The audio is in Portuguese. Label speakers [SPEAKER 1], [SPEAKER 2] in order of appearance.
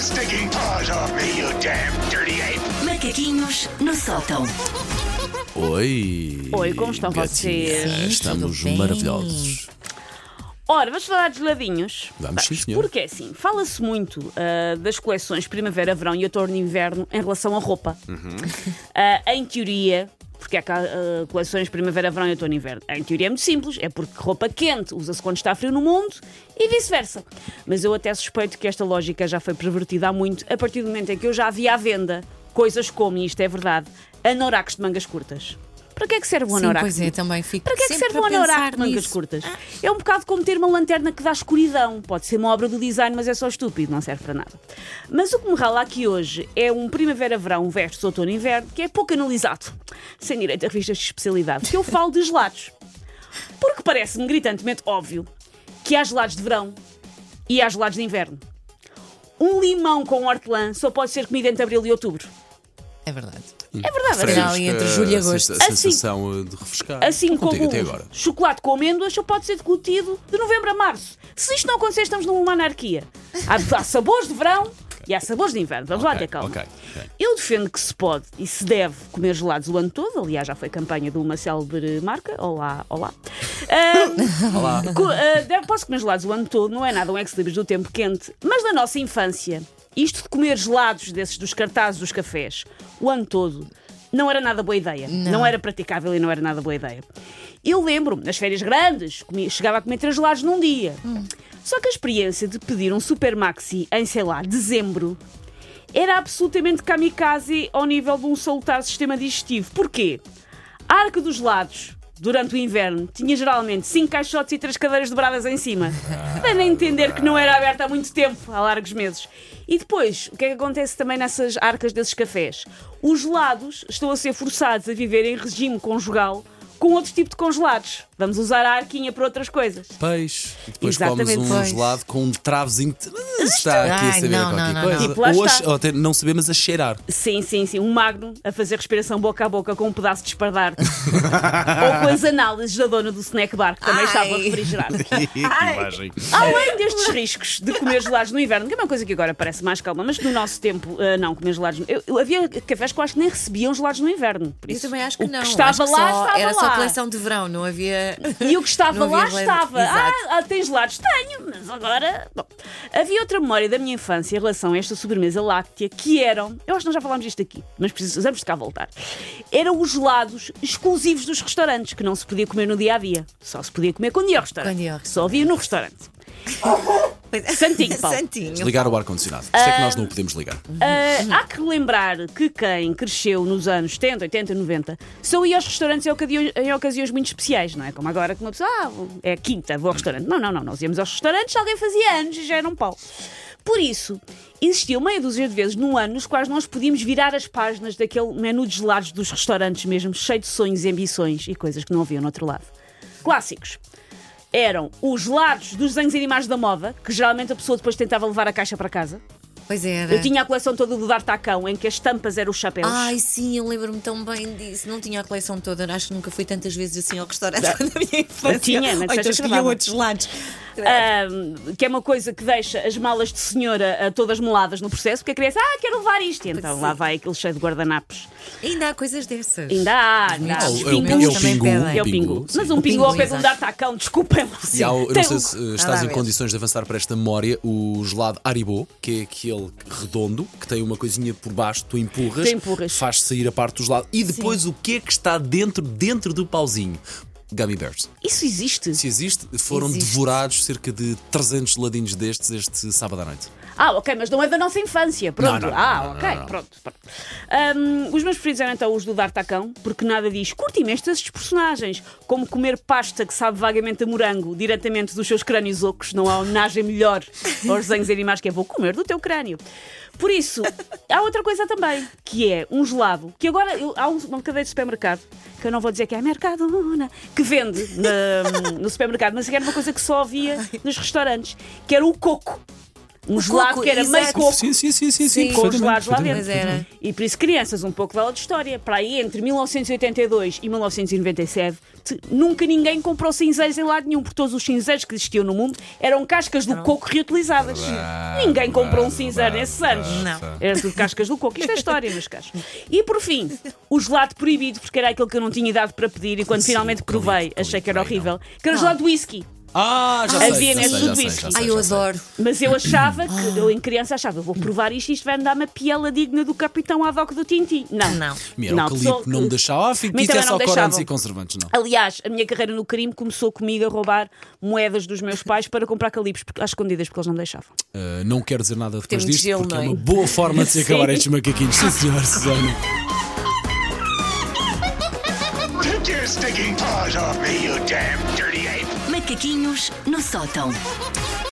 [SPEAKER 1] stinking paws off me, you damn dirty ape!
[SPEAKER 2] Macaquinhos no sótão.
[SPEAKER 3] Oi!
[SPEAKER 4] Oi, como estão
[SPEAKER 3] gatinha.
[SPEAKER 4] vocês?
[SPEAKER 3] Estamos
[SPEAKER 5] Tudo bem?
[SPEAKER 3] maravilhosos.
[SPEAKER 4] Ora, vamos falar de geladinhos.
[SPEAKER 3] Vamos, sim, senhor.
[SPEAKER 4] Porque assim, fala-se muito ah, das coleções primavera-verão e outono-inverno em relação à roupa. Ah, em teoria, porque há ca- ah, coleções primavera-verão e outono-inverno. Em teoria é muito simples, é porque roupa quente usa-se quando está frio no mundo e vice-versa. Mas eu até suspeito que esta lógica já foi pervertida há muito, a partir do momento em que eu já havia à venda coisas como, e isto é verdade, anoracos de mangas curtas. Para que é que serve um
[SPEAKER 5] Sim,
[SPEAKER 4] anoraco?
[SPEAKER 5] pois é, também fico
[SPEAKER 4] Para que é que
[SPEAKER 5] sempre
[SPEAKER 4] serve um
[SPEAKER 5] a pensar
[SPEAKER 4] anorak de mangas
[SPEAKER 5] nisso.
[SPEAKER 4] curtas? É um bocado como ter uma lanterna que dá escuridão. Pode ser uma obra do design, mas é só estúpido, não serve para nada. Mas o que me rala aqui hoje é um primavera-verão versus outono-inverno que é pouco analisado, sem direito a revistas de especialidade, que eu falo de gelados. Porque parece-me gritantemente óbvio que há gelados de verão e há gelados de inverno. Um limão com hortelã só pode ser comido entre abril e outubro.
[SPEAKER 5] É verdade.
[SPEAKER 4] É verdade,
[SPEAKER 3] Fresca,
[SPEAKER 5] Afinal, entre julho e agosto.
[SPEAKER 3] A
[SPEAKER 4] Assim-
[SPEAKER 3] sensação eh, de refrescar.
[SPEAKER 4] Assim
[SPEAKER 3] Contigo,
[SPEAKER 4] como
[SPEAKER 3] até agora.
[SPEAKER 4] chocolate com amêndoas só pode ser deglutido de novembro a março. Se isto não acontecer, estamos numa anarquia. Há, há sabores de verão e há sabores de inverno. Vamos lá
[SPEAKER 3] Ok,
[SPEAKER 4] ter calma.
[SPEAKER 3] ok, ok.
[SPEAKER 4] Eu defendo que se pode e se deve comer gelados o ano todo. Aliás, já foi campanha de uma célebre marca. Olá, olá. Ahm, co- ah, deve- posso comer gelados o ano todo, não é nada um ex-libris do tempo quente. Mas na nossa infância, isto de comer gelados desses dos cartazes dos cafés o ano todo não era nada boa ideia. Não, era praticável e não era nada boa ideia. Eu lembro-me, nas férias grandes, comi- chegava a comer três gelados num dia. Só que a experiência de pedir um super maxi em, sei lá, dezembro era absolutamente kamikaze ao nível de um salutar sistema digestivo. Porquê? A arca dos lados, durante o inverno, tinha geralmente cinco caixotes e três cadeiras dobradas em cima, dando a entender que não era aberta há muito tempo, há largos meses. E depois, o que é que acontece também nessas arcas desses cafés? Os gelados estão a ser forçados a viver em regime conjugal com outro tipo de congelados. Vamos usar a arquinha para outras coisas.
[SPEAKER 3] Peixe. E depois
[SPEAKER 4] Exatamente,
[SPEAKER 3] comes um
[SPEAKER 5] pois.
[SPEAKER 3] gelado com um travozinho. de- Ah, Está aqui a
[SPEAKER 5] Ai,
[SPEAKER 3] saber
[SPEAKER 5] não,
[SPEAKER 3] a qualquer
[SPEAKER 5] não, não,
[SPEAKER 3] coisa.
[SPEAKER 4] não. E lá
[SPEAKER 3] Ou, a-
[SPEAKER 4] está.
[SPEAKER 3] ou até não saber, mas a cheirar.
[SPEAKER 4] Sim, sim, sim. Um magno a fazer respiração boca a boca com um pedaço de espardar. Ou com as análises da dona do snack bar, que também
[SPEAKER 5] Ai.
[SPEAKER 4] estava refrigerado. Além destes riscos de comer gelados no inverno, que é uma coisa que agora parece mais calma, mas que no nosso tempo, ah, não, comer gelados. no- Eu, eu- havia cafés que eu acho que nem recebiam gelados no inverno. Por
[SPEAKER 5] Eu
[SPEAKER 4] isso,
[SPEAKER 5] também acho que
[SPEAKER 4] o
[SPEAKER 5] não.
[SPEAKER 4] Que estava
[SPEAKER 5] Acho que
[SPEAKER 4] lá,
[SPEAKER 5] só-
[SPEAKER 4] estava
[SPEAKER 5] Era
[SPEAKER 4] lá.
[SPEAKER 5] só coleção de verão, não havia.
[SPEAKER 4] E o que estava
[SPEAKER 5] Não
[SPEAKER 4] lá
[SPEAKER 5] havia gelados.
[SPEAKER 4] estava. Ah,
[SPEAKER 5] Exato.
[SPEAKER 4] ah, tem gelados? Tenho, mas agora. Bom, havia outra memória da minha infância em relação a esta sobremesa láctea que eram. Eu acho que nós já falámos disto aqui, mas precisamos de cá voltar. Eram os gelados exclusivos dos restaurantes, que não se podia comer no dia a dia. Só se podia comer quando ia ao restaurante.
[SPEAKER 5] Quando ia ao restaurante.
[SPEAKER 4] Só havia no restaurante. Santinho, Paulo.
[SPEAKER 5] é. Santinho.
[SPEAKER 3] Ligar o ar-condicionado. Isto é que nós não o podemos ligar.
[SPEAKER 4] Ah, há que relembrar que quem cresceu nos anos 70, 80, 90 só ia aos restaurantes em, ocasi- em ocasiões muito especiais, não é? Como agora que uma pessoa, ah, vou- é quinta, vou ao restaurante. Não, não, não. Nós íamos aos restaurantes, alguém fazia anos e já era um pau. Por isso, existiam meia dúzia de vezes no ano nos quais nós podíamos virar as páginas daquele menu de gelados dos restaurantes mesmo, cheio de sonhos e ambições e coisas que não haviam no outro lado. Clássicos eram os gelados dos desenhos animais da moda, que geralmente a pessoa depois tentava levar a caixa para casa.
[SPEAKER 5] Pois era.
[SPEAKER 4] Eu tinha a coleção toda do D'Artacão, em que as tampas eram os chapéus.
[SPEAKER 5] É. Ai, sim, eu lembro-me tão bem disso. Não tinha a coleção toda, acho que nunca fui tantas vezes assim ao restaurante na minha infância.
[SPEAKER 4] tinha, mas
[SPEAKER 5] Ou então
[SPEAKER 4] seja
[SPEAKER 5] escolhia
[SPEAKER 4] agradável.
[SPEAKER 5] outros lados. Ah,
[SPEAKER 4] Ahm, que é uma coisa que deixa as malas de senhora ah, todas moladas no processo, porque a criança, ah, quero levar isto. E então
[SPEAKER 5] Sim.
[SPEAKER 4] lá vai aquele cheio de guardanapos.
[SPEAKER 5] Ainda há coisas dessas.
[SPEAKER 4] Ainda há, ainda há.
[SPEAKER 5] Ah,
[SPEAKER 3] É
[SPEAKER 4] os
[SPEAKER 3] o-
[SPEAKER 5] os
[SPEAKER 3] é o-
[SPEAKER 4] pingus
[SPEAKER 3] é o
[SPEAKER 5] também
[SPEAKER 3] pingu.
[SPEAKER 5] pedem.
[SPEAKER 4] É o
[SPEAKER 3] pingu,
[SPEAKER 4] pingu.
[SPEAKER 3] sim.
[SPEAKER 4] Mas um pingu ao pé de um
[SPEAKER 5] exato.
[SPEAKER 4] D'Artacão, desculpem lá.
[SPEAKER 3] E há o- eu
[SPEAKER 4] assim. Tem um
[SPEAKER 3] não sei
[SPEAKER 4] o-
[SPEAKER 3] se eh, estás
[SPEAKER 5] a
[SPEAKER 3] em
[SPEAKER 5] ver.
[SPEAKER 3] condições de avançar para esta memória, o gelado Haribo, que é aquele redondo, que tem uma coisinha por baixo, tu empurras,
[SPEAKER 4] Tu empurras.
[SPEAKER 3] faz sair a parte do gelado. E depois o que é que está dentro, dentro do pauzinho? Gummy Bears.
[SPEAKER 4] Isso existe?
[SPEAKER 3] Se existe, foram
[SPEAKER 5] Existe.
[SPEAKER 3] devorados cerca de 300 geladinhos destes este sábado à noite.
[SPEAKER 4] Ah, ok, mas não é da nossa infância. Pronto.
[SPEAKER 3] Não, não,
[SPEAKER 4] ah,
[SPEAKER 3] não, não,
[SPEAKER 4] ok,
[SPEAKER 3] não, não.
[SPEAKER 4] pronto. pronto. Ahm, os meus preferidos eram então os do D'Artacão, porque nada diz curti-me estes personagens, como comer pasta que sabe vagamente a morango diretamente dos seus crânios ocos. Não há homenagem melhor aos desenhos animais que é vou comer do teu crânio. Por isso, há outra coisa também, que é um gelado, que agora eu- há um- uma cadeia de supermercado, que eu não vou dizer que é Mercadona, que vende na- no supermercado, mas que era uma coisa que só havia nos restaurantes, que era o coco. Um gelado
[SPEAKER 5] coco,
[SPEAKER 4] que era meio
[SPEAKER 5] exato.
[SPEAKER 4] coco.
[SPEAKER 3] Sim, sim, sim, sim, sim.
[SPEAKER 5] Sim.
[SPEAKER 4] Com os gelados lá
[SPEAKER 3] perfeitamente,
[SPEAKER 4] dentro.
[SPEAKER 5] Pois era.
[SPEAKER 4] E por isso, crianças, um pouco dela de história. Para aí, entre 1982 e 1997, nunca ninguém comprou cinzeiros em lado nenhum, porque todos os cinzeiros que existiam no mundo eram cascas do coco reutilizadas. ninguém comprou um cinzeiro nesses anos.
[SPEAKER 5] Não.
[SPEAKER 4] Era tudo cascas do coco. Isto é história, meus caros. E por fim, o gelado proibido, porque era aquele que eu não tinha idade para pedir e quando
[SPEAKER 3] Sim,
[SPEAKER 4] finalmente
[SPEAKER 3] o Calipto,
[SPEAKER 4] provei,
[SPEAKER 3] Calipto,
[SPEAKER 4] achei que era
[SPEAKER 3] bem, não.
[SPEAKER 4] horrível. Que era o gelado de whisky.
[SPEAKER 3] Ah, já sei.
[SPEAKER 4] Havia
[SPEAKER 3] já
[SPEAKER 4] nesse
[SPEAKER 3] sei, já
[SPEAKER 4] tudo
[SPEAKER 3] sei,
[SPEAKER 4] isso.
[SPEAKER 3] já sei,
[SPEAKER 5] Ai,
[SPEAKER 3] já
[SPEAKER 5] eu
[SPEAKER 3] sei.
[SPEAKER 5] adoro.
[SPEAKER 4] Mas eu achava que, eu em criança achava, vou provar isto, isto vai me dar uma piela digna do capitão ad hoc do Tintim. Não.
[SPEAKER 5] Não.
[SPEAKER 3] Mira, o
[SPEAKER 4] pessoa
[SPEAKER 3] Calipo não me
[SPEAKER 4] que-
[SPEAKER 3] deixava. Ah,
[SPEAKER 4] A mim
[SPEAKER 3] fico
[SPEAKER 4] também
[SPEAKER 3] é
[SPEAKER 4] não
[SPEAKER 3] só
[SPEAKER 4] me
[SPEAKER 3] corantes
[SPEAKER 4] deixavam.
[SPEAKER 3] e conservantes, não.
[SPEAKER 4] Aliás, a minha carreira no crime começou comigo a roubar moedas dos meus pais para comprar calipos porque- às escondidas, porque eles não deixavam.
[SPEAKER 3] Uh, não quero dizer nada depois
[SPEAKER 5] muito
[SPEAKER 3] disto,
[SPEAKER 5] gelo,
[SPEAKER 3] porque é
[SPEAKER 5] não é?
[SPEAKER 3] uma boa forma de se acabar
[SPEAKER 4] Sim.
[SPEAKER 3] estes macaquinhos. Sim, senhor, Susana.
[SPEAKER 1] Take your stinking paws off me, you damn dirty ape!
[SPEAKER 2] Macaquinhos no sótão.